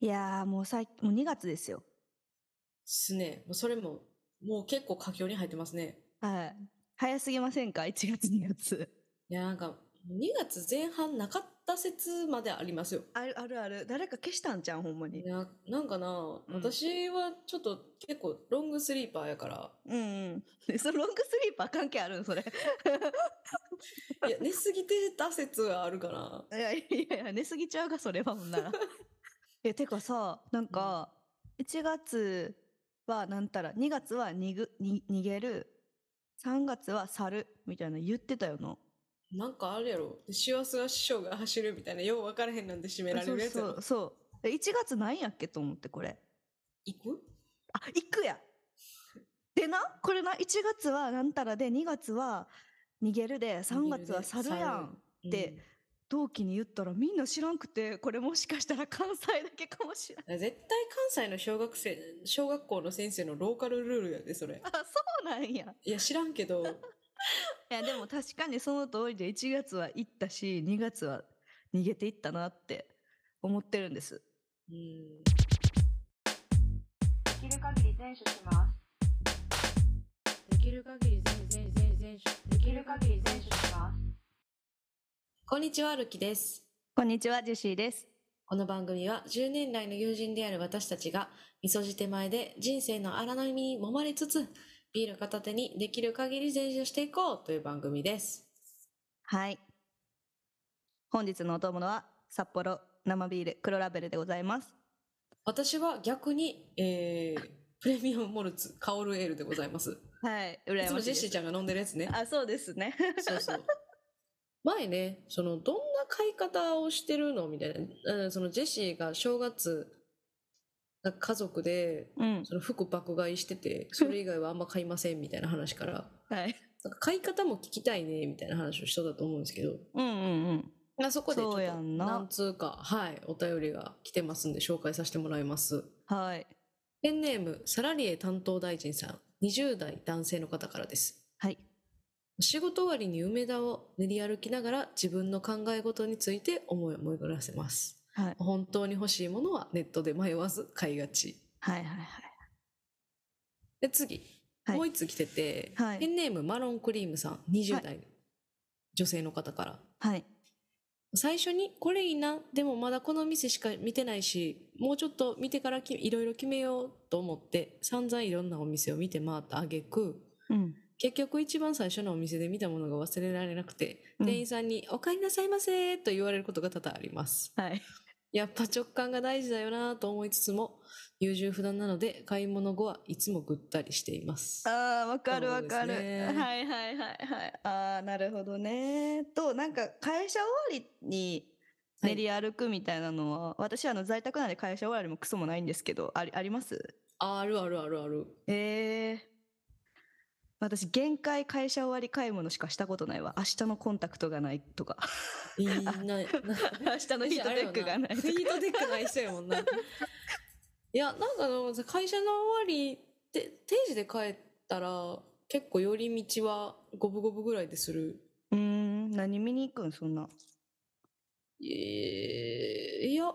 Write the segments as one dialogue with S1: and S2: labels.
S1: いや、もうさいもう2月ですよ。
S2: すね。もうそれも、もう結構佳境に入ってますね。
S1: はい。早すぎませんか？1月、2月。
S2: いや、なんか、2月前半なかった説までありますよ。
S1: あるあるある。誰か消したんちゃう？ほんま
S2: い
S1: に。
S2: や、なんかな、
S1: うん
S2: 私はちょっと結構ロングスリーパーやから、
S1: うんうん。で、そのロングスリーパー関係あるん？ それ。
S2: いや、寝すぎてた説はあるかな。
S1: いやいやいや、寝すぎちゃうか、それはほんな ら。え、てかさ、なんか、1月はなんたら、2月はにぐに逃げる、3月は去る、みたいな言ってたよな。
S2: なんかあるやろ。で師走は師匠が走るみたいな、よう分からへんなんで締められ
S1: そう
S2: るやつや
S1: そ
S2: ろ
S1: う、。そう。え、1月なんやっけと思って、これ。
S2: 行く
S1: あ、行くや。でな、これな、1月はなんたらで、2月は逃げるで、3月は去るやん。
S2: うん。
S1: で同期に言ったらみんな知らんくて、これもしかしたら関西だけかもしれない。
S2: 絶対関西の小学生、小学校の先生のローカルルールやで、それ。
S1: あ、そうなんや。
S2: いや、知らんけど、
S1: いやでも確かにその通りで1月は行ったし2月は逃げていったなって思ってるんです
S2: うん。
S3: できる限り全処します。
S4: できる限り全全全全
S3: できる限り全処します。
S2: こんにちは、るきです。
S1: こんにちはジェシーです
S2: この番組は10年来の友人である私たちが、味噌汁手前で人生の荒波に揉まれつつ、ビール片手にできる限り前進していこうという番組です。
S1: はい本日のお供は札幌生ビール黒ラベルでございます
S2: 私は逆に、えー、プレミアムモルツ、カオルエールでございます。
S1: はい
S2: い
S1: 羨
S2: つも
S1: まし
S2: ジ
S1: い
S2: ェシー
S1: です
S2: ちゃんが飲んでるやつね。
S1: あそうですね
S2: そうそう。前ね、その、どんな買い方をしてるのみたいな。うん、その、ジェシーが正月、なんか家族で、
S1: うん
S2: その服爆買いしてて、それ以外はあんま買いませんみたいな話から、
S1: はい
S2: なんか買い方も聞きたいね、みたいな話をしたと思うんですけど、
S1: うんうんうん
S2: まあ、そこでちょっ
S1: そう
S2: と、
S1: やんな
S2: 何通か、はい、お便りが来てますんで、紹介させてもらいます。
S1: はい
S2: ペンネーム、サラリエ担当大臣さん、20代男性の方からです。
S1: はい
S2: 仕事終わりに梅田を練り歩きながら自分の考え事について思いを巡らせます。
S1: はい
S2: 本当に欲しいものはネットで迷わず買いがち。
S1: はいはいはい
S2: で、次。
S1: はい
S2: もう一つ来てて、
S1: はい
S2: ペンネームマロンクリームさん、
S1: は
S2: 20
S1: い
S2: 代、女性の方から。
S1: はい
S2: 最初にこれいいな、でもまだこの店しか見てないし、もうちょっと見てからきいろいろ決めようと思って、散々いろんなお店を見て回った挙句、
S1: うん
S2: 結局一番最初のお店で見たものが忘れられなくて、
S1: うん
S2: 店員さんに「お帰りなさいませ」と言われることが多々あります
S1: はい
S2: やっぱ直感が大事だよなと思いつつも優柔不断なので買い物後はいつもぐったりしています
S1: ああ、わかる
S2: そ
S1: わ
S2: うです
S1: かる。
S2: ね
S1: はいはいはいはい。ああ、なるほどね。と、なんか会社終わりに
S2: はい
S1: 練り歩くみたいなのは、私はあの在宅なんで会社終わりもクソもないんですけど、ありあります
S2: あるあるあるある
S1: ええ私、限界会社終わり買い物しかしたことないわ。明日のコンタクトがないと か。
S2: いい なな
S1: 明日のヒートテックがないと
S2: ヒ
S1: か。
S2: ートテックない人やもんないやなんかあの会社の終わりで定時で帰ったら結構寄り道は五分五分ぐらいでする
S1: うーん、何見に行くん、そんな。
S2: えーいやまあ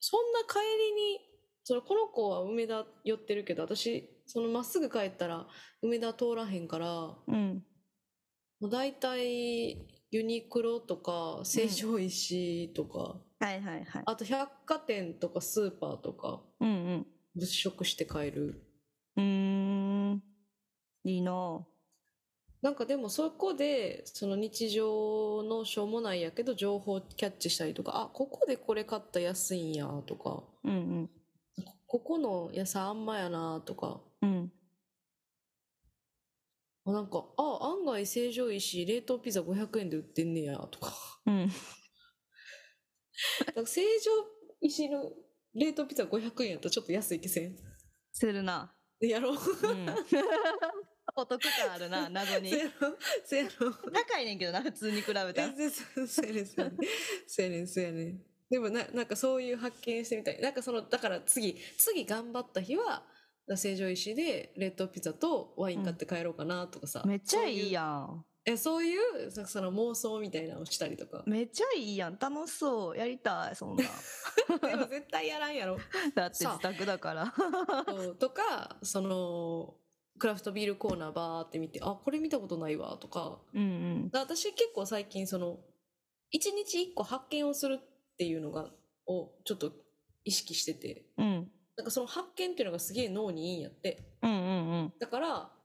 S2: そんな帰りにそのこの子は梅田寄ってるけど私そのまっすぐ帰ったら梅田通らへんからも
S1: うん。
S2: う大体ユニクロとか成城石井とか、
S1: はいはいはい。
S2: あと百貨店とかスーパーとか
S1: うんうん。
S2: 物色して帰る
S1: うーん。いいなぁ。
S2: なんかでもそこでその日常のしょうもないやけど情報キャッチしたりとかあここでこれ買った安いんやとか
S1: うん
S2: こここの野菜あんまやなとか
S1: うん。うん。
S2: あなんかあ案外成城石井冷凍ピザ500円で売ってんねやとか
S1: うん。
S2: なんか成城石井の冷凍ピザ500円やったらちょっと安い気せん
S1: するな。
S2: や ろう
S1: うん、お得感あるな謎に
S2: せやろせやろ
S1: 高いねんけどな普通に比べたら
S2: 全然そうそうやねんそうやねんそうやねんそうやねんでもななんかそういう発見してみたいなんかそのだから次次頑張った日は成城石井で冷凍ピザとワイン買って帰ろうかなとかさ、
S1: めっちゃいい
S2: や
S1: やん
S2: えそういうそその妄想みたいなのをしたり とか
S1: めっちゃいいやん楽しそうやりたいそんなん
S2: でも絶対やらんやろ
S1: だって
S2: さあ
S1: 自宅だから
S2: そうとかそのクラフトビールコーナーバーって見てあこれ見たことないわとか
S1: うんうん
S2: だから私結構最近その一日一個発見をするっていうのがをちょっと意識してて
S1: うん
S2: なんかその発見っていうのがすげえ脳にいいんやって
S1: うんうんうん
S2: だから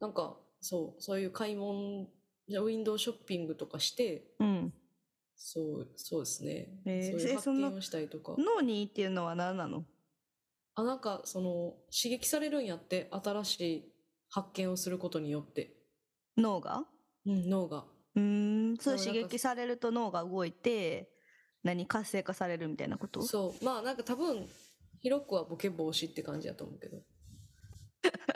S2: なんかそうそういう買い物じゃウィンドウショッピングとかして
S1: うん
S2: そうそうですね、
S1: えー
S2: そういう
S1: えそ
S2: 発
S1: んな
S2: 見をしたりとか
S1: 脳にいいっていうのは何なの
S2: あなんかその刺激されるんやって新しい発見をすることによって、
S1: 脳が
S2: うん、脳が
S1: うーんそういう
S2: そう
S1: 刺
S2: なんか
S1: 激されると脳が動いて何活性化されるみたいなこと
S2: そうまあなんか多分広くはボケ防止って感じだと思うけど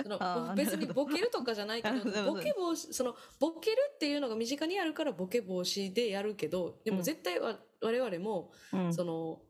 S2: そ の
S1: あー
S2: 別
S1: な
S2: に
S1: るほど
S2: ボケるとかじゃない け
S1: なるほど
S2: どボケ防止そのボケるっていうのが身近にあるからボケ防止でやるけどで
S1: う
S2: も
S1: ん
S2: 絶対わ我々も
S1: うん
S2: その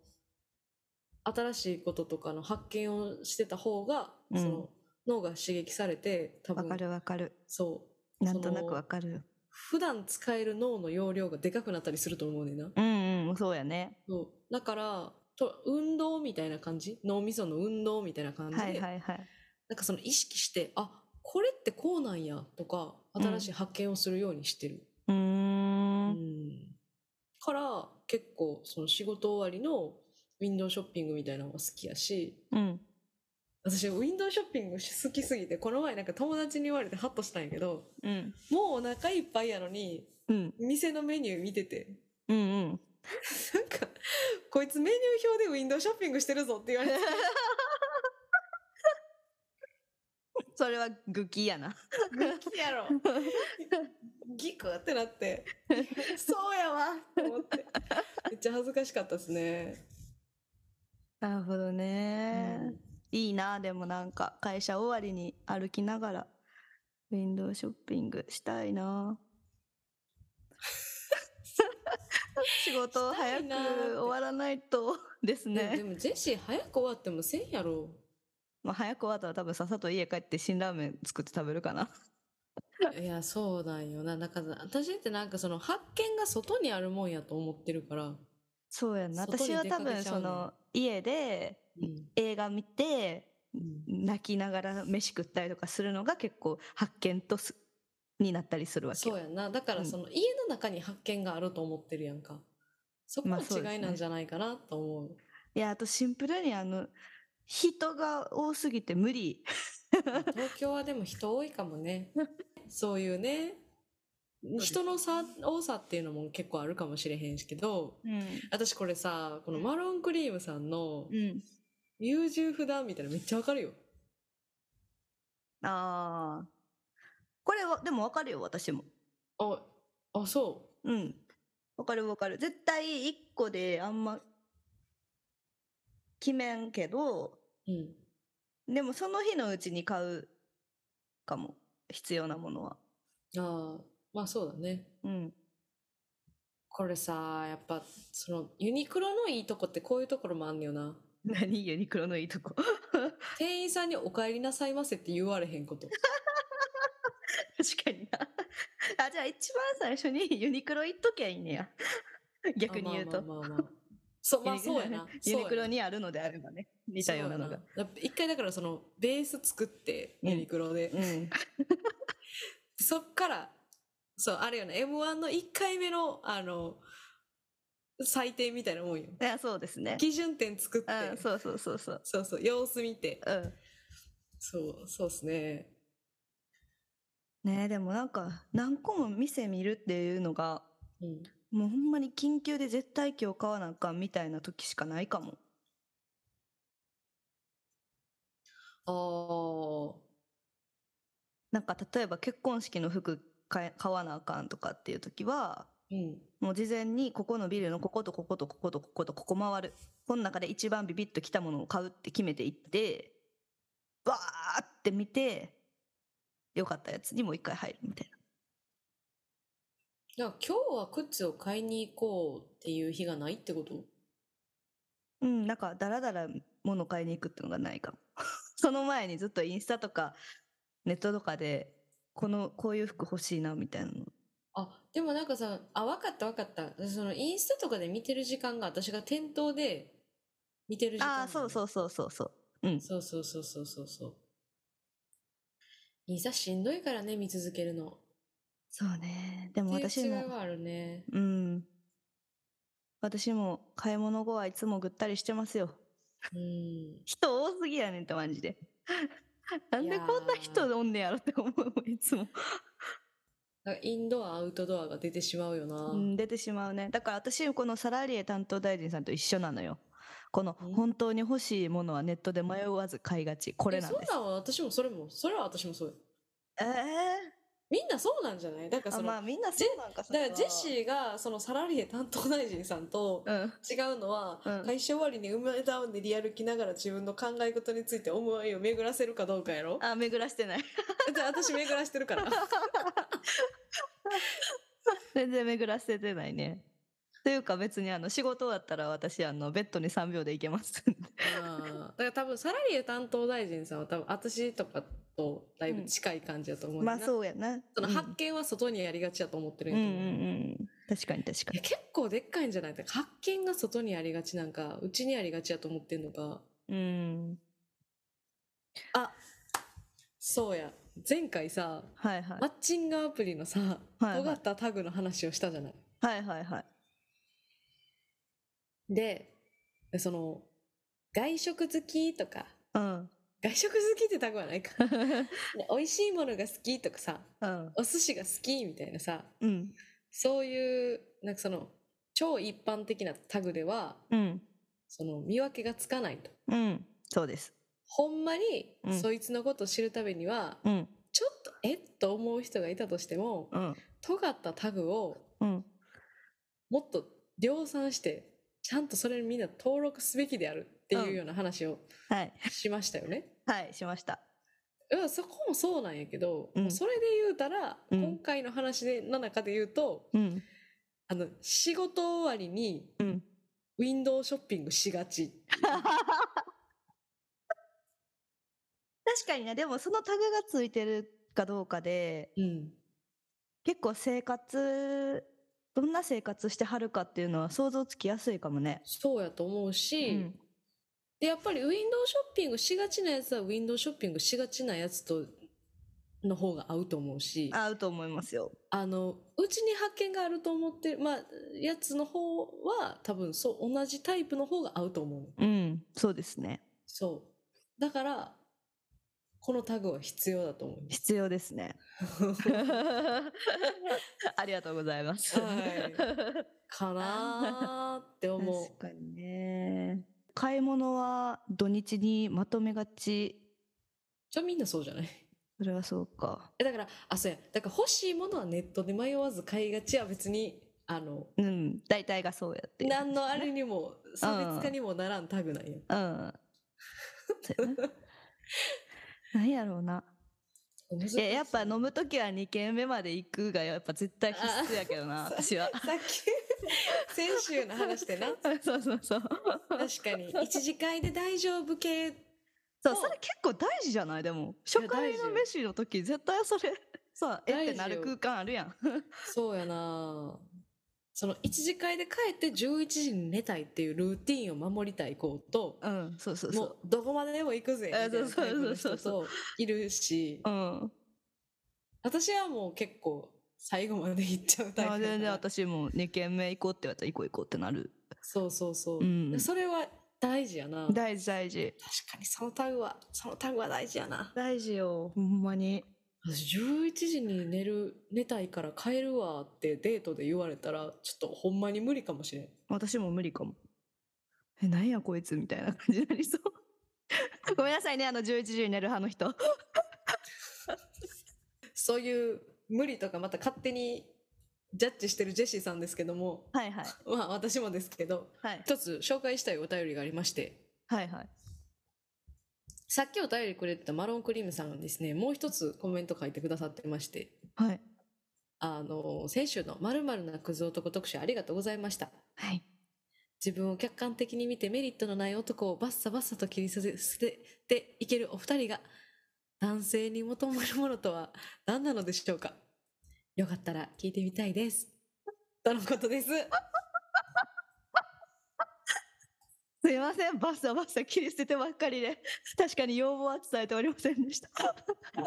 S2: 新しいこととかの発見をしてた方が
S1: うん
S2: その脳が刺激されて多
S1: わ
S2: 分
S1: かるわかる
S2: そう
S1: なんとなくわかる
S2: 普段使える脳の容量がでかくなったりすると思うねんな。
S1: うんうんそうやね
S2: そうだからと運動みたいな感じ脳みその運動みたいな感じで、
S1: はいはいはい
S2: なんかその意識してあこれってこうなんやとか
S1: うん
S2: 新しい発見をするようにしてる。
S1: うー
S2: うんんから結構その仕事終わりのウィンドウショッピングみたいなのが好きやし
S1: うん
S2: 私ウィンドウショッピング好きすぎてこの前なんか友達に言われてハッとしたんやけど
S1: うん
S2: もうお腹いっぱいやのに
S1: うん
S2: 店のメニュー見てて
S1: うんうん
S2: なんか、こいつメニュー表でウィンドウショッピングしてるぞって言われて、
S1: それは愚気やな
S2: ギやろ。ギクってなって、そうやわと思って。めっちゃ恥ずかしかったですね。
S1: なるほどね
S2: うん
S1: いいなでもなんか会社終わりに歩きながらウィンドウショッピングしたい な仕事を
S2: した
S1: 早
S2: い
S1: く
S2: なーっ
S1: 終
S2: て
S1: わらないとです
S2: でで
S1: ね、
S2: もジェシー早く終わってもせんやろ。
S1: まあ、早く終わったら多分さっさと家帰って辛ラーメン作って食べるかな
S2: いや、そうなんよな。なんか、私ってなんかその発見が外にあるもんやと思ってるから。
S1: そうやんな
S2: 外
S1: 私
S2: に
S1: は多
S2: 出か
S1: 分
S2: けちゃう
S1: そ
S2: の
S1: の家で
S2: うん。
S1: 映画見て泣きながら飯食ったりとかするのが結構発見とすになったりするわけ
S2: そ
S1: よ
S2: うやんな。だからその家の中に発見があると思ってるやんか。そこ
S1: まあそうです
S2: の
S1: ね
S2: 違いなんじゃないかなと思う。
S1: いやあとシンプルにあの人が多すぎて無理
S2: 東京はでも人多いかも ねそういうね人の差多さっていうのも結構あるかもしれへんしけど
S1: う
S2: 私これさこのマロンクリームさんの
S1: ん。
S2: 優柔不断みたいなのめっちゃわかるよ
S1: ああ。これは、でもわかるよ、私も。
S2: ああそ
S1: うん。わかるわかる。絶対一個であんま決めんけど、
S2: ううん
S1: でもその日のうちに買うかも。必要なものは。
S2: ああまあそうだね
S1: うん。
S2: これさやっぱそのユニクロのいいとこってこういうところもあんのよな
S1: 何ユニクロのいいとこ。
S2: 店員さんに「お帰りなさいませ」って言われへんこと
S1: 確かにな。あ、じゃあ一番最初にユニクロ行っときゃいいねや。 逆に言うと。
S2: あまあまあまあまあそうまあそう やな
S1: ユニクロ
S2: に
S1: にあるのであればね。似たようなのが。
S2: そうやな一回だからそのベース作って
S1: うん
S2: ユニクロで、
S1: うん。
S2: そっからそうあれよね m 1の1回目のあの採点みたいなもんよ
S1: いや、そうですね。
S2: 基準点作って、
S1: うん、そうそうそうそう。
S2: そうそう様子見て
S1: うん。
S2: そうそうっすね
S1: ねえでもなんか何個も店見るっていうのが
S2: うん
S1: もうほんまに緊急で絶対今日買わなあかんみたいな時しかないかも
S2: あー
S1: なんか例えば結婚式の服買え買わなあかんとかっていう時は
S2: うん
S1: もう事前にここのビルのこことこことこことこことここ回るこの中で一番ビビッときたものを買うって決めていってバーって見て良かったやつにもう一回入るみたい
S2: だから今日は靴を買いに行こうっていう日がないってこと
S1: なうんなんかダラダラ物買いに行くってのがないかも その前にずっとインスタとかネットとかでこのこういう服欲しいなみたいなの
S2: あ、でもなんかさ、あ、わかったわかった。そのインスタとかで見てる時間が私が店頭で見てる時間なの
S1: ああ、
S2: ね
S1: そうそうそうそうそう。
S2: そうそうそうそうそうそう。インスタしんどいからね、見続けるの。
S1: そうね。でも
S2: っていう
S1: 私
S2: 違い
S1: も、
S2: はあるね。
S1: うん。私も買い物後はいつもぐったりしてますよ。
S2: うん。
S1: 人多すぎやねんってマジで。 なんでこんな人おんねやろって思うもんいつも、
S2: だからインドア、アウトドアが出てしまうよな。
S1: うん、出てしまうねだから私このサラリエ担当大臣さんと一緒なのよこの
S2: うん
S1: 本当に欲しいものはネットで迷わず買いがちこれ
S2: え
S1: なんです
S2: そうなんは私もそれも、それは私もそう。
S1: え
S2: みんなそうなんじゃないだか
S1: え
S2: ら
S1: あ
S2: その、
S1: まあみんなそうなんか
S2: だからジェシ
S1: ー
S2: ーがそのサラリー担当大臣さんと
S1: うん
S2: 違うのは、
S1: うん
S2: 会社終わりに梅ダウンでリアルきながら自分の考え事について思いを巡らせるかどうか やろ
S1: あ巡らしてない
S2: で私巡らしてるから。
S1: 全然巡らせてないねというか別にあの仕事だったら私あのベッドに3秒で行けますんで
S2: あーだから多分サラリー担当大臣さんは多分私とかとだいぶ近い感じだと思う、んや
S1: ま
S2: な、
S1: あそうやな
S2: その
S1: うん
S2: 発見は外にやりがちだと思ってる
S1: うんんう
S2: や
S1: ん
S2: けど、い
S1: うん確かに確かに
S2: や結構でっかいんじゃないだから発見が外にありがちなんかうちにありがちやと思ってんのか
S1: うん
S2: そうや前回さ
S1: はいはい、
S2: マッチングアプリのさ
S1: はいはい
S2: 尖ったタグの話をしたじゃない、
S1: はいはいはい
S2: でその外食好きとか
S1: うん
S2: 外食好きってタグはないかで美味しいものが好きとかさ
S1: うん
S2: お寿司が好きみたいなさ
S1: うん
S2: そういう、なんかその、超一般的なタグでは、
S1: うん
S2: その、見分けがつかないと。
S1: うんそうです
S2: ほんまに
S1: う、ん
S2: そいつのことを知るためには、
S1: うん
S2: ちょっと、えっと思う人がいたとしても、
S1: うん
S2: 尖ったタグを、
S1: うん
S2: もっと量産して、ちゃんとそれにみんな登録すべきであるっていうような話を
S1: はい
S2: しましたよね。
S1: はいしました
S2: うん、そこもそうなんやけど、
S1: うん
S2: もうそれで言うたら、
S1: うん
S2: 今回の話で、の中で言うと、
S1: うん
S2: あの、仕事終わりに、
S1: うん
S2: ウィンドウショッピングしがち。
S1: 確かにねでもそのタグがついてるかどうかで
S2: うん。
S1: 結構生活どんな生活してはるかっていうのは想像つきやすいかもね。
S2: そうやと思う
S1: う
S2: し、でやっぱりウィンドウショッピングしがちなやつはウィンドウショッピングしがちなやつとの方が合うと思うしあ
S1: 合うと思いますよ。
S2: のうちに発見があると思ってる、まあ、やつの方は多分そう同じタイプの方が合うと思う
S1: うん、そうですね。
S2: そうだからこのタグは必要だと思う
S1: 必要です ね。ありがとうございます。
S2: はい かなーって思う
S1: 確かにね。買い物は土日にまとめがち。
S2: じゃあみんなそうじゃない
S1: それはそうか。
S2: えだからあそうやだから欲しいものはネットで迷わず買いがちは別にあの
S1: うん、大体がそうやっていう。
S2: 何のあれにも差別化にもならんタグなん
S1: う
S2: や。
S1: ん。そうやな 何やろうな。いややっぱ飲む時は2軒目まで行くがやっぱ絶対必須やけどな
S2: あ
S1: 私は
S2: さっき先週の話 でな
S1: そうそうそう
S2: 確かに一次会で大丈夫系
S1: そうそれ結構大事じゃないでも初回の飯の時絶対それさえってなる
S2: 大
S1: 空
S2: 事よ
S1: 間あるやん
S2: そうやなその一次会で帰って11時に寝たいっていうルーティンを守りたい子と
S1: うんそうそう
S2: も
S1: そう
S2: どこまででも行くぜみたいなタイプの人といるし
S1: ううん
S2: 私はもう結構最後まで行っちゃうタイプ
S1: まあ
S2: だ
S1: 全
S2: か
S1: 然
S2: ら
S1: 私も2軒目行こうって言われたら行こう行こうってなる
S2: そうそうそううんそれは大事やな
S1: 大事大事
S2: 確かにそのタグはそのタグは大事やな
S1: 大事よほんまに
S2: 私11時に寝る寝たいから帰るわってデートで言われたらちょっとほんまに無理かもしれん
S1: 私も無理かもえなんやこいつみたいな感じになりそう ごめんなさいねあの11時に寝る派の人
S2: そういう無理とかまた勝手にジャッジしてるジェシーさんですけども
S1: はいはい
S2: まあ私もですけど
S1: はい
S2: 一つ紹介したいお便りがありまして
S1: はいはい
S2: さっきお便りくれてたマロンクリームさんですねもう一つコメント書いてくださってまして
S1: はい
S2: あの先週の「まるなクズ男特集ありがとうございました」
S1: はい
S2: 自分を客観的に見てメリットのない男をバッサバッサと切り捨てていけるお二人が男性に求めるものとは何なのでしょうかよかったら聞いてみたいです。とのこ とです。
S1: すいません、バッサバッサ切り捨ててばっかりで、確かに要望は伝えておりませんでした。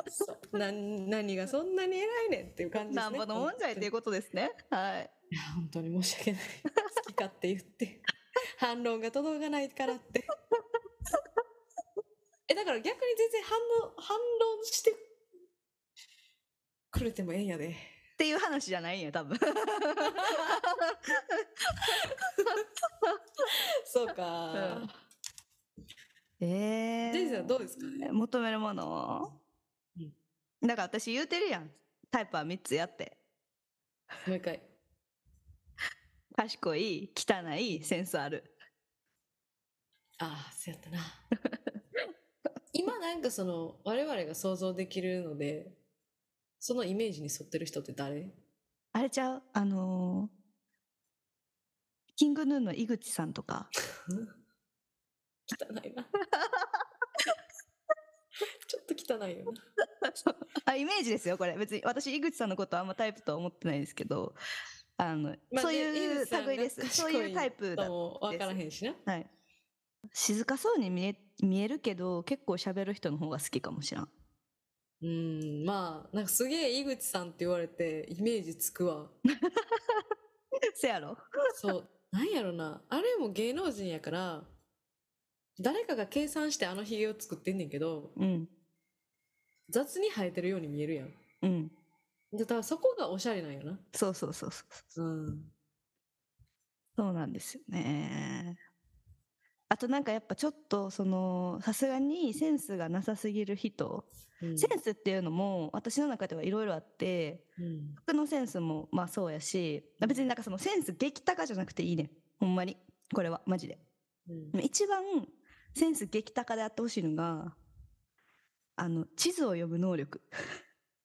S2: そうな何がそんなに偉いねんっていう感じです
S1: な
S2: ね。
S1: んぼのもんじゃいということですね。はい。
S2: いや本当に申し訳ない。好き勝手言って。反論が届かないからって。え、だから逆に全然反応、反論してくれてもええんやで。
S1: っていう話じゃないんや、多分。
S2: そうか。
S1: え
S2: ジェイさんどうですかね
S1: 求めるもの
S2: うん
S1: だから私言うてるやん。タイプは3つやって。
S2: もう一回。
S1: 賢い、汚い、センスある。
S2: ああ、そうやったな。今なんかその、我々が想像できるので、そのイメージに沿ってる人って誰
S1: あれちゃうあのーキングヌーの井口さんと か。
S2: 汚い な。ちょっと汚いよな。
S1: あ、イメージですよ、これ。別に私、井口さんのことあんまタイプとは思ってないですけど、あの、
S2: まあ
S1: そう
S2: ね
S1: い
S2: 井
S1: う
S2: 口さん
S1: 類です。
S2: が
S1: そう
S2: 賢
S1: い
S2: いう
S1: タイプだ
S2: どう。も分からへんしな。
S1: はい。静かそうに見え見えるけど、結構喋る人の方が好きかも しらん。
S2: うん、まあ、なんかすげえ井口さんって言われてイメージつ くわ。
S1: せやろ
S2: そう。なんやろな。あれも芸能人やから、誰かが計算してあのヒゲを作ってんねんけど、
S1: うん。
S2: 雑に生えてるように見えるやん。
S1: うん。
S2: だからそこがおしゃれなんよな。
S1: そうそうそうそう。
S2: うん。
S1: そうなんですよね。あとなんかやっぱちょっとそのさすがにセンスがなさすぎる人、
S2: うん
S1: センスっていうのも私の中ではいろいろあって
S2: うん
S1: 服のセンスもまあそうやし別になんかそのセンス激高じゃなくていいねんほんまにこれはマジで
S2: うん
S1: 一番センス激高であってほしいのがあの地図を読む能力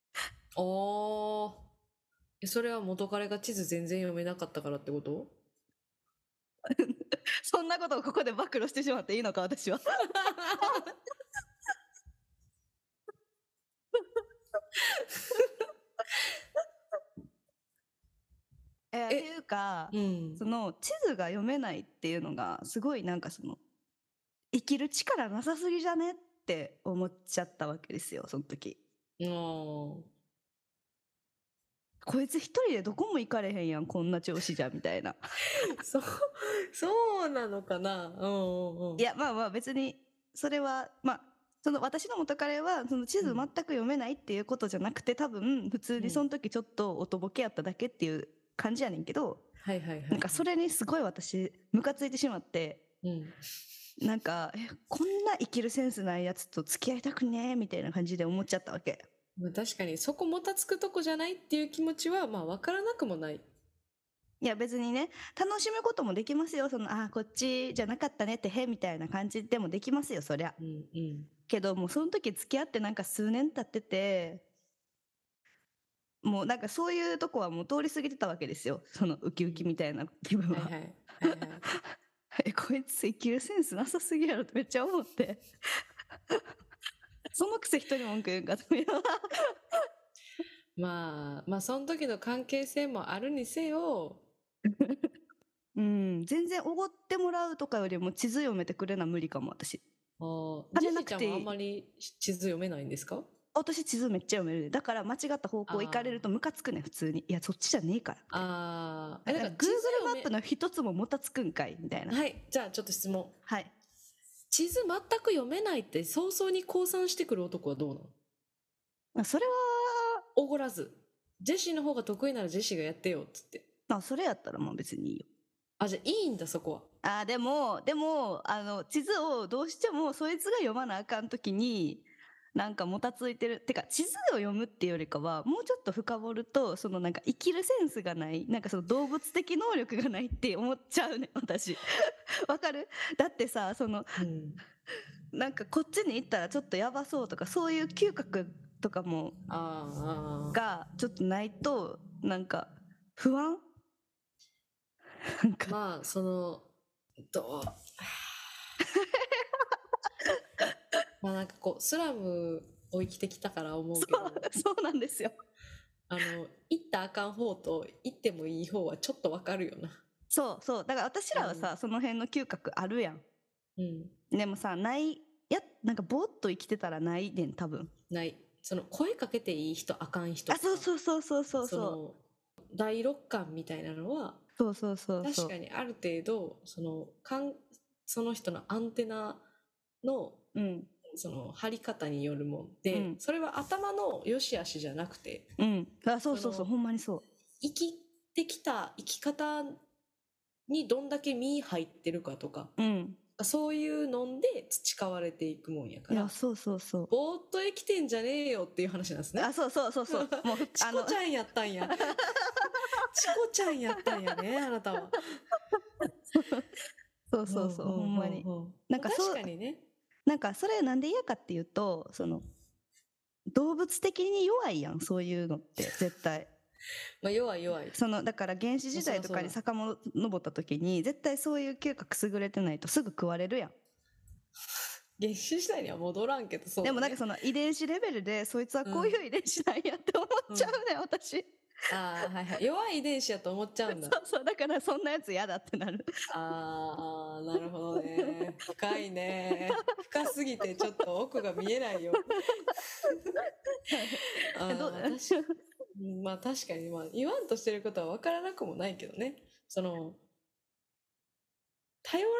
S2: おーえそれは元彼が地図全然読めなかったからっ てこと
S1: そんなことをここで暴露してしまっていいのか私はえっていうか、
S2: うん
S1: その地図が読めないっていうのがすごいなんかその生きる力なさすぎじゃねって思っちゃったわけですよその時
S2: うん
S1: こいつ一人でどこも行かれへんやんこんな調子じゃみたいな
S2: そう、そうなのかなうんうんうん。
S1: い、やまあまあ別にそれはまあその私の元彼はその地図
S2: う
S1: 全
S2: ん
S1: く読めないっていうことじゃなくて、多分普通
S2: う
S1: に
S2: ん
S1: その時ちょっとおとぼけやっただけっていう感じやねんけど、
S2: はいはいはい。
S1: なんかそれにすごい私ムカついてしまって
S2: うん。
S1: なんかえこんな生きるセンスないやつと付き合いたくねえみたいな感じで思っちゃったわけ
S2: まあ確かに、そこもたつくとこじゃないっていう気持ちは、まあわからなくもない。
S1: いや別にね楽しむこともできますよそのあーこっちじゃなかったねってへみたいな感じでもできますよそりゃ
S2: うんうん。
S1: けどもうその時付き合ってなんか数年経っててもうなんかそういうとこはもう通り過ぎてたわけですよそのウキウキみたいな気分は、
S2: はいはい。はいはい、
S1: えこいつ生きるセンスなさすぎやろってめっちゃ思って そのくせ人に文句言うんかと思いながら
S2: まあ、まあその時の関係性もあるにせよ、
S1: うん全然おごってもらうとかよりも地図読めてくれな無理かも私
S2: あージ
S1: 金
S2: ェシ
S1: な
S2: ー
S1: く
S2: ち
S1: て
S2: ゃんもあんまり地図読めないんですか
S1: 私地図めっちゃ読めるでだから間違った方向行かれるとムカつくねん普通にいやそっちじゃねえから
S2: ああ、
S1: だ
S2: え
S1: か
S2: な
S1: ら Google
S2: んか地図読
S1: マ
S2: め
S1: ップの一つももたつくんかいみたいな
S2: はい、じゃあちょっと質問。
S1: はい
S2: 地図全く読めないって早々に降参してくる男はどうなの
S1: まあそれは
S2: おごらず。ジェシーの方が得意ならジェシーがやってよ、つって。
S1: まあ、それやったらもう別にいいよ。
S2: あ、じゃあいいんだ、そこは。
S1: あーでも、でも、あの、地図をどうしてもそいつが読まなあかんときに、なんかもたついてる。てか、地図を読むっていうよりかは、もうちょっと深掘ると、そのなんか生きるセンスがない、なんかその動物的能力がないって思っちゃうね、 私。わかるだってさ、その、
S2: うん。
S1: なんかこっちに行ったらちょっとやばそうとか、そういう嗅覚とかも、
S2: あーあー。
S1: がちょっとないと、なんか不安 なんか、
S2: まあ、その、どう。 まあなんかこう、スラムを生きてきたから思うけど、
S1: そう、そうなんですよ。
S2: あの行ったらあかん方と行ってもいい方はちょっとわかるよな
S1: そうそうだから私らはさ、
S2: うん
S1: その辺の嗅覚あるやん
S2: うん
S1: でもさないやなんかぼーっと生きてたらないねん多分
S2: ないその声かけていい人あかん人
S1: あそうそうそうそうそう
S2: そ
S1: そう
S2: の第六感みたいなのは
S1: そうそうそうそう
S2: 確かにある程度そのかんその人のアンテナの
S1: うん
S2: その張り方によるもんで、
S1: うん
S2: それは頭の良し悪しじゃなくて
S1: うんあそうそう
S2: そ
S1: そう
S2: の
S1: ほんまにそう
S2: 生きてきた生き方にどんだけ身入ってるかとか
S1: うん
S2: そういうのんで培われていくもんやか
S1: いや
S2: ら
S1: そうそうそう
S2: ぼーっと生きてんじゃねえよっていう話なんですね
S1: あそうそうそうそう もう
S2: チ
S1: あ
S2: コ
S1: の
S2: ちゃんやったんや チコちゃんやったんやねあなたは
S1: そうそうそうほんまにな
S2: なんん
S1: か
S2: か
S1: そう
S2: 確かにね
S1: なんかそれなんで嫌かっていうとその動物的に弱いやんそういうの って絶対
S2: まあ弱い弱い
S1: そのだから原始時代とかに
S2: そ
S1: 遡った時に絶対そういう嗅覚優れてないとすぐ食われるやん
S2: 原始時代には戻らんけどそう、
S1: でもなんかその遺伝子レベルでそいつはこういう遺伝子なんやって思っちゃうね、私
S2: ああはいはい弱い遺伝子やと思っちゃうん
S1: そ
S2: だ
S1: うそうだからそんなやつ嫌だってなる
S2: あーなるほどね深いね深すぎてちょっと奥が見えな いよあー
S1: どう
S2: 私まあ確かに、まあ、言わんとしてることは分からなくもないけどねその頼られ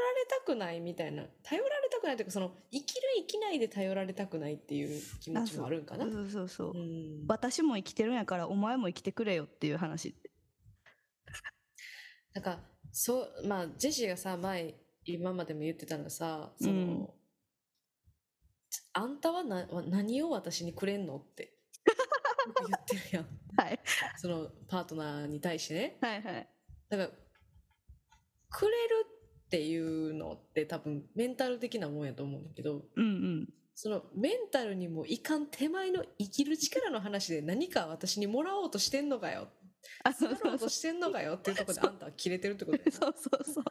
S2: たくないみたいな頼られたくないというかその生きる生きないで頼られたくないっていう気持ちもあるんかな
S1: そうそうそう、
S2: うん
S1: 私も生きてるんやからお前も生きてくれよっていう話
S2: なんかそうまあジェシーがさ前今までも言ってたのがさその、
S1: うん
S2: あんたはなは何を私にくれんのってよく言ってる やん
S1: はい
S2: そのパートナーに対してね
S1: はいはい
S2: だからくれるっていうのって多分メンタル的なもんやと思うんだけど
S1: うんうん
S2: そのメンタルにもいかん手前の生きる力の話で何か私にもらおうとしてんの かよ
S1: あそ
S2: も
S1: う
S2: ら
S1: そ
S2: おう
S1: うそ
S2: と
S1: う
S2: してんのかよっていうところであんたはキレてるってことやな
S1: そうそうそう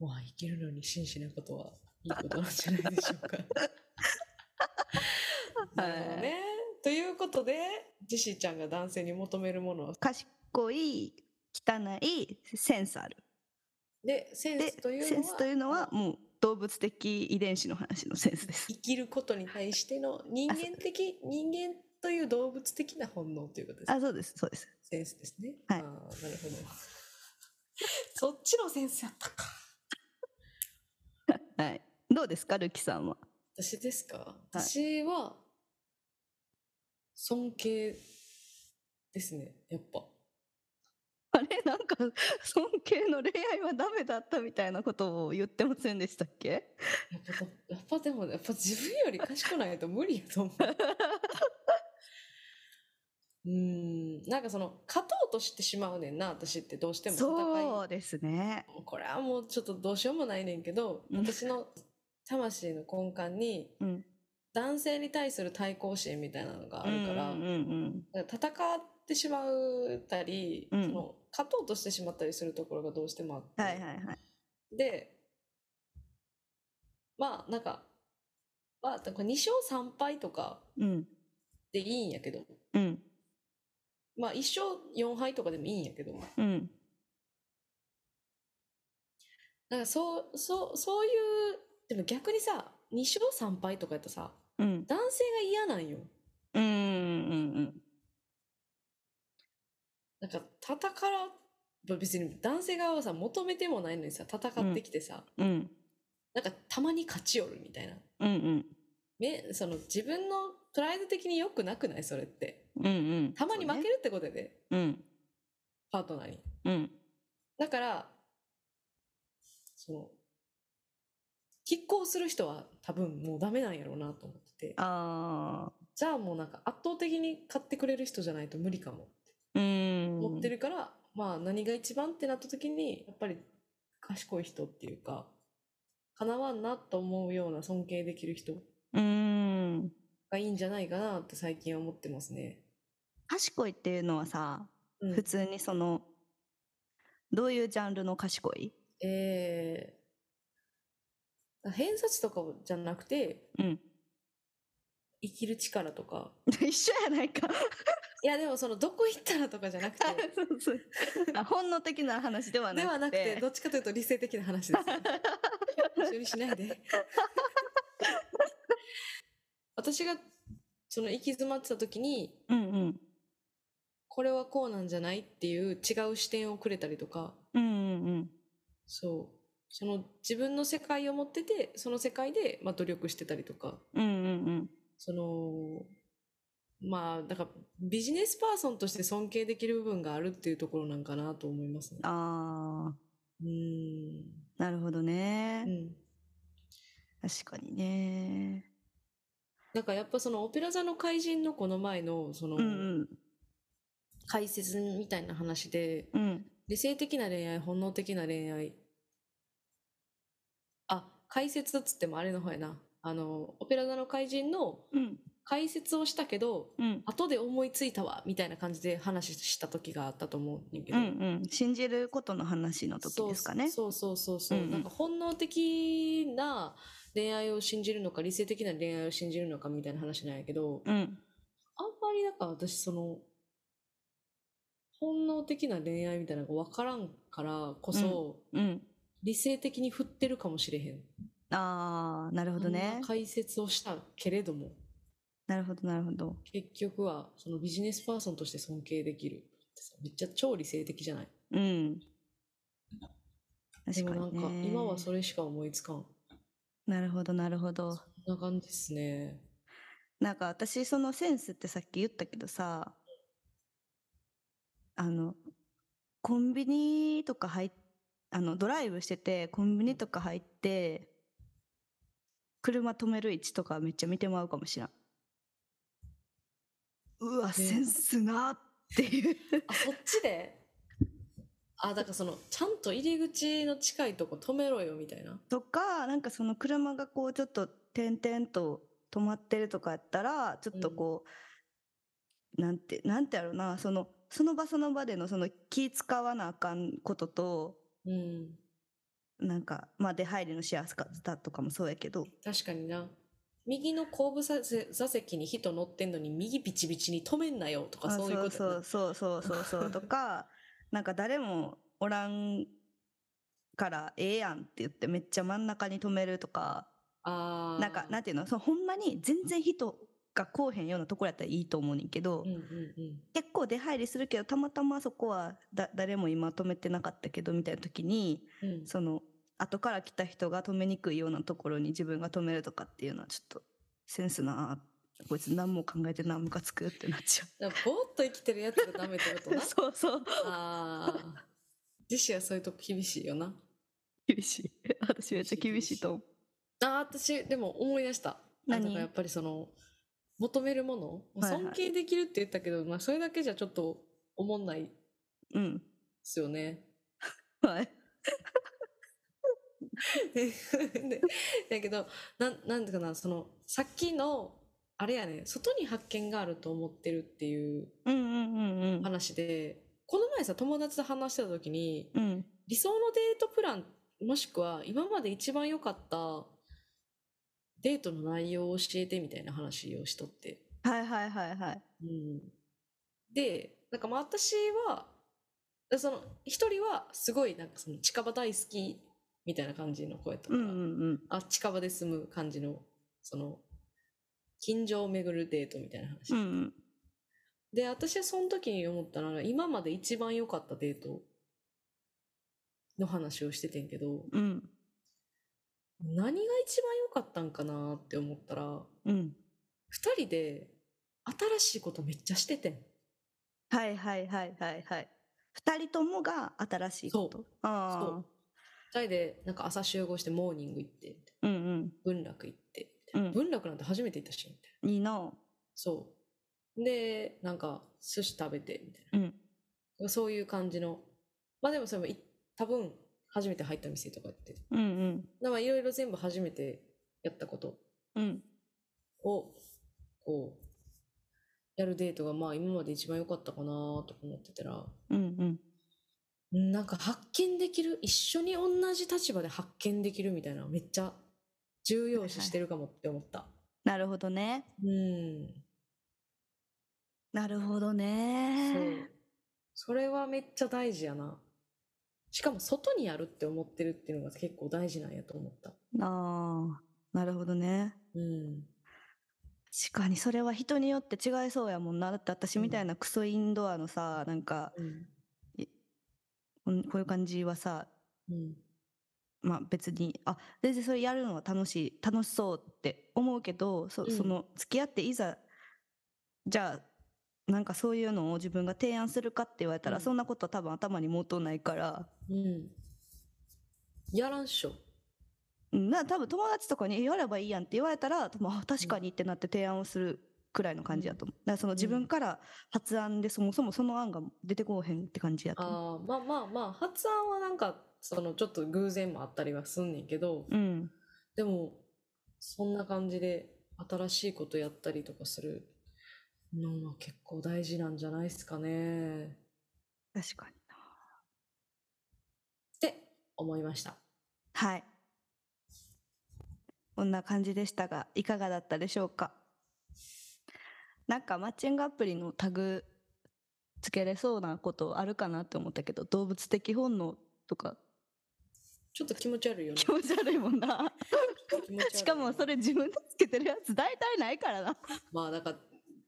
S2: まあ、生きるのに真摯なことはいいことなんじゃないでしょうか。なるほどね。ということで、ジェシーちゃんが男性に求めるものは、
S1: 賢い汚いセンスある
S2: で、セン
S1: で
S2: スというのは、
S1: センスというのはもう動物的遺伝子の話のセンスです
S2: 生きることに対しての人間的、人間という動物的な本能ということですね。
S1: あそうですそうです
S2: センスですね。
S1: はい
S2: ああ、なるほど。そっちのセンスやったか。
S1: はいどうですかルキさんは
S2: 私ですか私は、尊敬ですね、やっぱ。
S1: あれなんか尊敬の恋愛はダメだったみたいなことを言ってませんでしたっけ
S2: やっぱだやっぱでもやっぱ自分より賢くないと無理やと思う。うーんなんかその勝とうとしてしまうねんな私ってどうしても
S1: そ
S2: 戦
S1: うですね
S2: いこれはもうちょっとどうしようもないねんけど
S1: うん
S2: 私の魂の根幹に
S1: うん
S2: 男性に対する対抗心みたいなのがあるから,、
S1: うんうん
S2: 戦ってしまったり、
S1: うん
S2: その勝とうとしてしまったりするところがどうしてもあって、
S1: うん、はいはいはい
S2: で、まあなんか、まあ、なんか2勝3敗とか
S1: うん
S2: でいいんやけど、
S1: うん
S2: まあ1勝4敗とかでもいいんやけど、
S1: うん
S2: なんかそう、そう、そういう、でも逆にさ、2勝3敗とかやったらさ、
S1: うん
S2: 男性が嫌なんよ。
S1: うんうん
S2: なんか戦ら、別に男性側はさ、求めてもないのにさ、戦ってきてさ、
S1: うんうん
S2: なんかたまに勝ちよるみたいな。
S1: うんうん
S2: めその自分のプライド的に良くなくないそれって。
S1: うんうん
S2: たまに負けるってことやで、
S1: うん
S2: パートナーに。
S1: うん
S2: だから、その、拮抗する人は多分もうダメなんやろうなと思ってて、
S1: あ
S2: じゃあもうなんか圧倒的に買ってくれる人じゃないと無理かも。
S1: あうん
S2: 持ってるから、まあ何が一番ってなった時に、やっぱり賢い人っていうか、叶わんなと思うような尊敬できる人
S1: うん
S2: がいいんじゃないかなって最近は思ってますね。
S1: 賢いっていうのはさ
S2: うん
S1: 普通にそのどういうジャンルの賢い
S2: えー、偏差値とかじゃなくて、
S1: うん
S2: 生きる力とか。
S1: 一緒やないか
S2: いや、でもその、どこ行ったらとかじゃ なくて、
S1: そうそうあ本能的な話ではなく
S2: で
S1: て
S2: はなくて、どっちかというと理性的な話 です、ね。一緒にしないで。私が、その、行き詰まってた時に、
S1: うんうん
S2: これはこうなんじゃないっていう違う視点をくれたりとか、
S1: うんうんうん
S2: そう。その自分の世界を持ってて、その世界で、まあ、努力してたりとか、
S1: うんうん
S2: その、まあ、だからビジネスパーソンとして尊敬できる部分があるっていうところなんかなと思いますね
S1: うん。あ
S2: うーん。
S1: ーなるほどね、
S2: うん。
S1: 確かにね
S2: なんかやっぱそのオペラ座の怪人のこの前の、その
S1: う、ん
S2: 解説みたいな話で、
S1: うんうん
S2: 理性的な恋愛、本能的な恋愛。あ、解説っつってもあれの方やな。あの、オペラ座の怪人の
S1: うん
S2: 解説をしたけど、
S1: うん
S2: 後で思いついたわ、みたいな感じで話した時があったと思うねんけ
S1: う
S2: ど。
S1: んうん信じることの話の時ですかね
S2: そうそうそうそうそう、
S1: うんうん
S2: なんか本能的な恋愛を信じるのか理性的な恋愛を信じるのかみたいな話なんやけど、あん
S1: うん
S2: まりなんか私その本能的な恋愛みたいなのが分からんからこそ、
S1: うん
S2: 理性的に振ってるかもしれへん。
S1: ああなるほど
S2: あん
S1: ね
S2: な解説をしたけれども
S1: なるほどなるほど
S2: 結局はそのビジネスパーソンとして尊敬できるってさめっちゃ超理性的じゃない
S1: うん確
S2: で
S1: か
S2: もな
S1: に
S2: んか
S1: ね
S2: 今はそれしか思いつかん
S1: なるほどなるほど
S2: そんな感じですね
S1: なんか私そのセンスってさっき言ったけどさあのコンビニとか入っあのドライブしててコンビニとか入って車止める位置とかめっちゃ見てまうかもしらんうわセンスなっていう
S2: あ、そっちであ、だからその、ちゃんと入り口の近いとこ止めろよ、みたいな。
S1: とかなんかその車がこうちょっと点々と止まってるとかやったらちょっとこう、なんてなんてやろうなそのその場その場でのその気使わなあかんことと
S2: うん。
S1: なんかまあ出入りのしやすかったとかもそうやけど
S2: 確かにな。右の後部座席座席に人乗ってんのに、右ビチビチに止めんなよ、とか
S1: あ
S2: そういうことやな
S1: そうそうそうそうそうそうとか なんか誰もおらんからええやんって言ってめっちゃ真ん中に止めるとか
S2: あー
S1: なんかなんていうのそのほんまに全然人が来おへんようなところやったらいいと思うねんけど、
S2: うんうんうん。
S1: 結構出入りするけどたまたまそこはだ誰も今止めてなかったけどみたいな時に
S2: うん、
S1: その後から来た人が止めにくいようなところに自分が止めるとかっていうのはちょっとセンスなあこいつ何も考えてないムカつくってなっちゃ
S2: だからぼーっと生きてるやつがダメってこと
S1: う
S2: な。
S1: そうそう
S2: ああ。自身はそういうとこ厳しいよな。
S1: 厳しい私めっちゃ厳しいと思う
S2: あー私でも思い出した
S1: 何
S2: なんかやっぱりその求めるもの
S1: はいはい
S2: 尊敬できるって言ったけど、まあ、それだけじゃちょっと思んないで
S1: うん
S2: すよね。
S1: はい
S2: でで だけどなんなんていうかなそのさっきのあれやね外に発見があると思ってるっていう
S1: うんうんうんうん
S2: 話でこの前さ友達と話してた時に
S1: うん
S2: 理想のデートプランもしくは今まで一番良かったデートの内容を教えてみたいな話をしとって。
S1: はいはいはいはい
S2: うんで、なんかまあ私は、その、一人はすごいなんかその近場大好きみたいな感じの子やったか
S1: う
S2: ら、
S1: んうんうん
S2: あ、近場で住む感じの、その、近所を巡るデートみたいな話。
S1: うんうん
S2: で、私はその時に思ったのが、今まで一番良かったデートの話をしててんけど、
S1: うん
S2: 何が一番良かったんかなって思ったら、
S1: うん
S2: 二人で新しいことめっちゃしててん。
S1: はいはいはいはいはい二人ともが新しいこ
S2: そ
S1: とああ
S2: そう二人でなんか朝集合してモーニング行って
S1: うん
S2: 文楽行って
S1: うん
S2: 文楽なんて初めて行ったしみたいな
S1: うんいいな
S2: そうでなんか寿司食べてみたい
S1: うん
S2: なそういう感じのまあでもそれもい多分初めて入った店とかって
S1: うんうん
S2: だからいろいろ全部初めてやったこと
S1: うん
S2: をこうやるデートがまあ今まで一番良かったかなと思ってたら
S1: うんうん
S2: なんか発見できる一緒に同じ立場で発見できるみたいなのめっちゃ重要視してるかもって思った。
S1: なるほどね。
S2: うん。
S1: なるほど
S2: そう
S1: ね。。
S2: それはめっちゃ大事やな。しかも外にやるって思ってるっていうのが結構大事なんやと思った。
S1: ああ、なるほどね。
S2: うん。
S1: 確かにそれは人によって違いそうやもんな。だって私みたいなクソインドアのさ、なんか、
S2: うん。
S1: こんこういう感じはさ、
S2: うん。
S1: まあ別に、あ、全然それやるのは楽しい、楽しそうって思うけど、そ
S2: うん
S1: その、付き合っていざ、じゃあ、なんかそういうのを自分が提案するかって言われたら、
S2: うん
S1: そんなことは多分頭にもとないから、
S2: うん。やらんっしょ。
S1: うんな多分友達とかにえ「やればいいやん」って言われたら多分あ確かにってなって提案をするくらいの感じだと思う、だからその自分から発案でそもそもその案が出てこうへんって感じやと思う
S2: ああ、まあまあまあ、発案はなんか、そのちょっと偶然もあったりはすんねんけど、
S1: うん
S2: でも、そんな感じで新しいことやったりとかするのは結構大事なんじゃないですかね。
S1: 確かにな
S2: って思いました。
S1: はいこんな感じでしたがいかがだったでしょうかなんかマッチングアプリのタグつけれそうなことあるかなって思ったけど動物的本能とか
S2: ちょっと気持ち悪いよね。
S1: 気持ち悪いもんな
S2: 気持ち悪いよね
S1: しかもそれ自分でつけてるやつ大体ないからな
S2: まあだから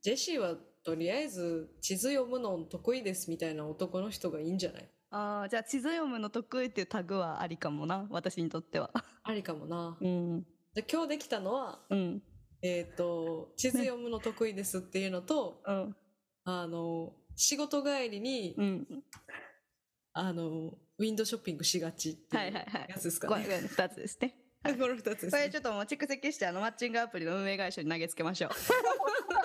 S2: ジェシーはとりあえず地図読むの得意ですみたいな男の人がいいんじゃない
S1: ああ、じゃあ地図読むの得意っていうタグはありかもな、私にとっては。
S2: ありかもな。
S1: うん。
S2: で今日できたのは、
S1: うん。
S2: えっ、と、地図読むの得意ですっていうのと、
S1: うん。
S2: あの、仕事帰りに、
S1: うん。
S2: あの、ウィンドウショッピングしがちって
S1: はいいうはいはい
S2: や。つですか
S1: こ
S2: ね。
S1: れ二つですね。
S2: この二つです、
S1: これ
S2: ね
S1: ち。ょっともう蓄積して、あの、マッチングアプリの運営会社に投げつけましょ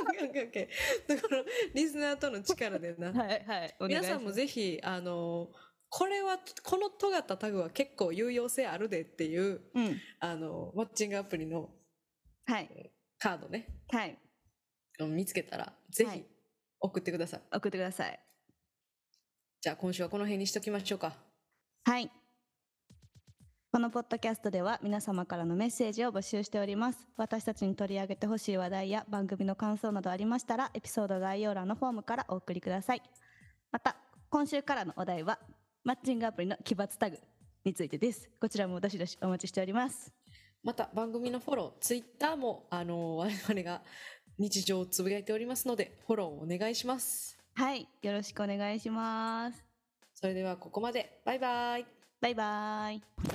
S2: オッケーオッケーだから、リスナーとの力でな。
S1: う。はいはい。お願い
S2: 皆
S1: し
S2: さ
S1: ま
S2: ん
S1: す
S2: もぜひ、あの、これは、この尖ったタグは結構有用性あるでっていう、
S1: うん。
S2: あの、マッチングアプリの
S1: はい。
S2: カードね、
S1: はい。
S2: 見つけたら、ぜ
S1: は
S2: ひ
S1: い
S2: 送ってください。
S1: 送ってください。
S2: じゃあ今週はこの辺にしときましょうか。
S1: はい。このポッドキャストでは皆様からのメッセージを募集しております。私たちに取り上げてほしい話題や番組の感想などありましたら、エピソード概要欄のフォームからお送りください。また、今週からのお題は、マッチングアプリの奇抜タグについてです。こちらもどしどしお待ちしております。
S2: また番組のフォロー、ツイッターも、あの、 我々が日常をつぶやいておりますので、フォローお願いします。
S1: はい。よろしくお願いします。
S2: それではここまで。バイバイ。
S1: バイバイ。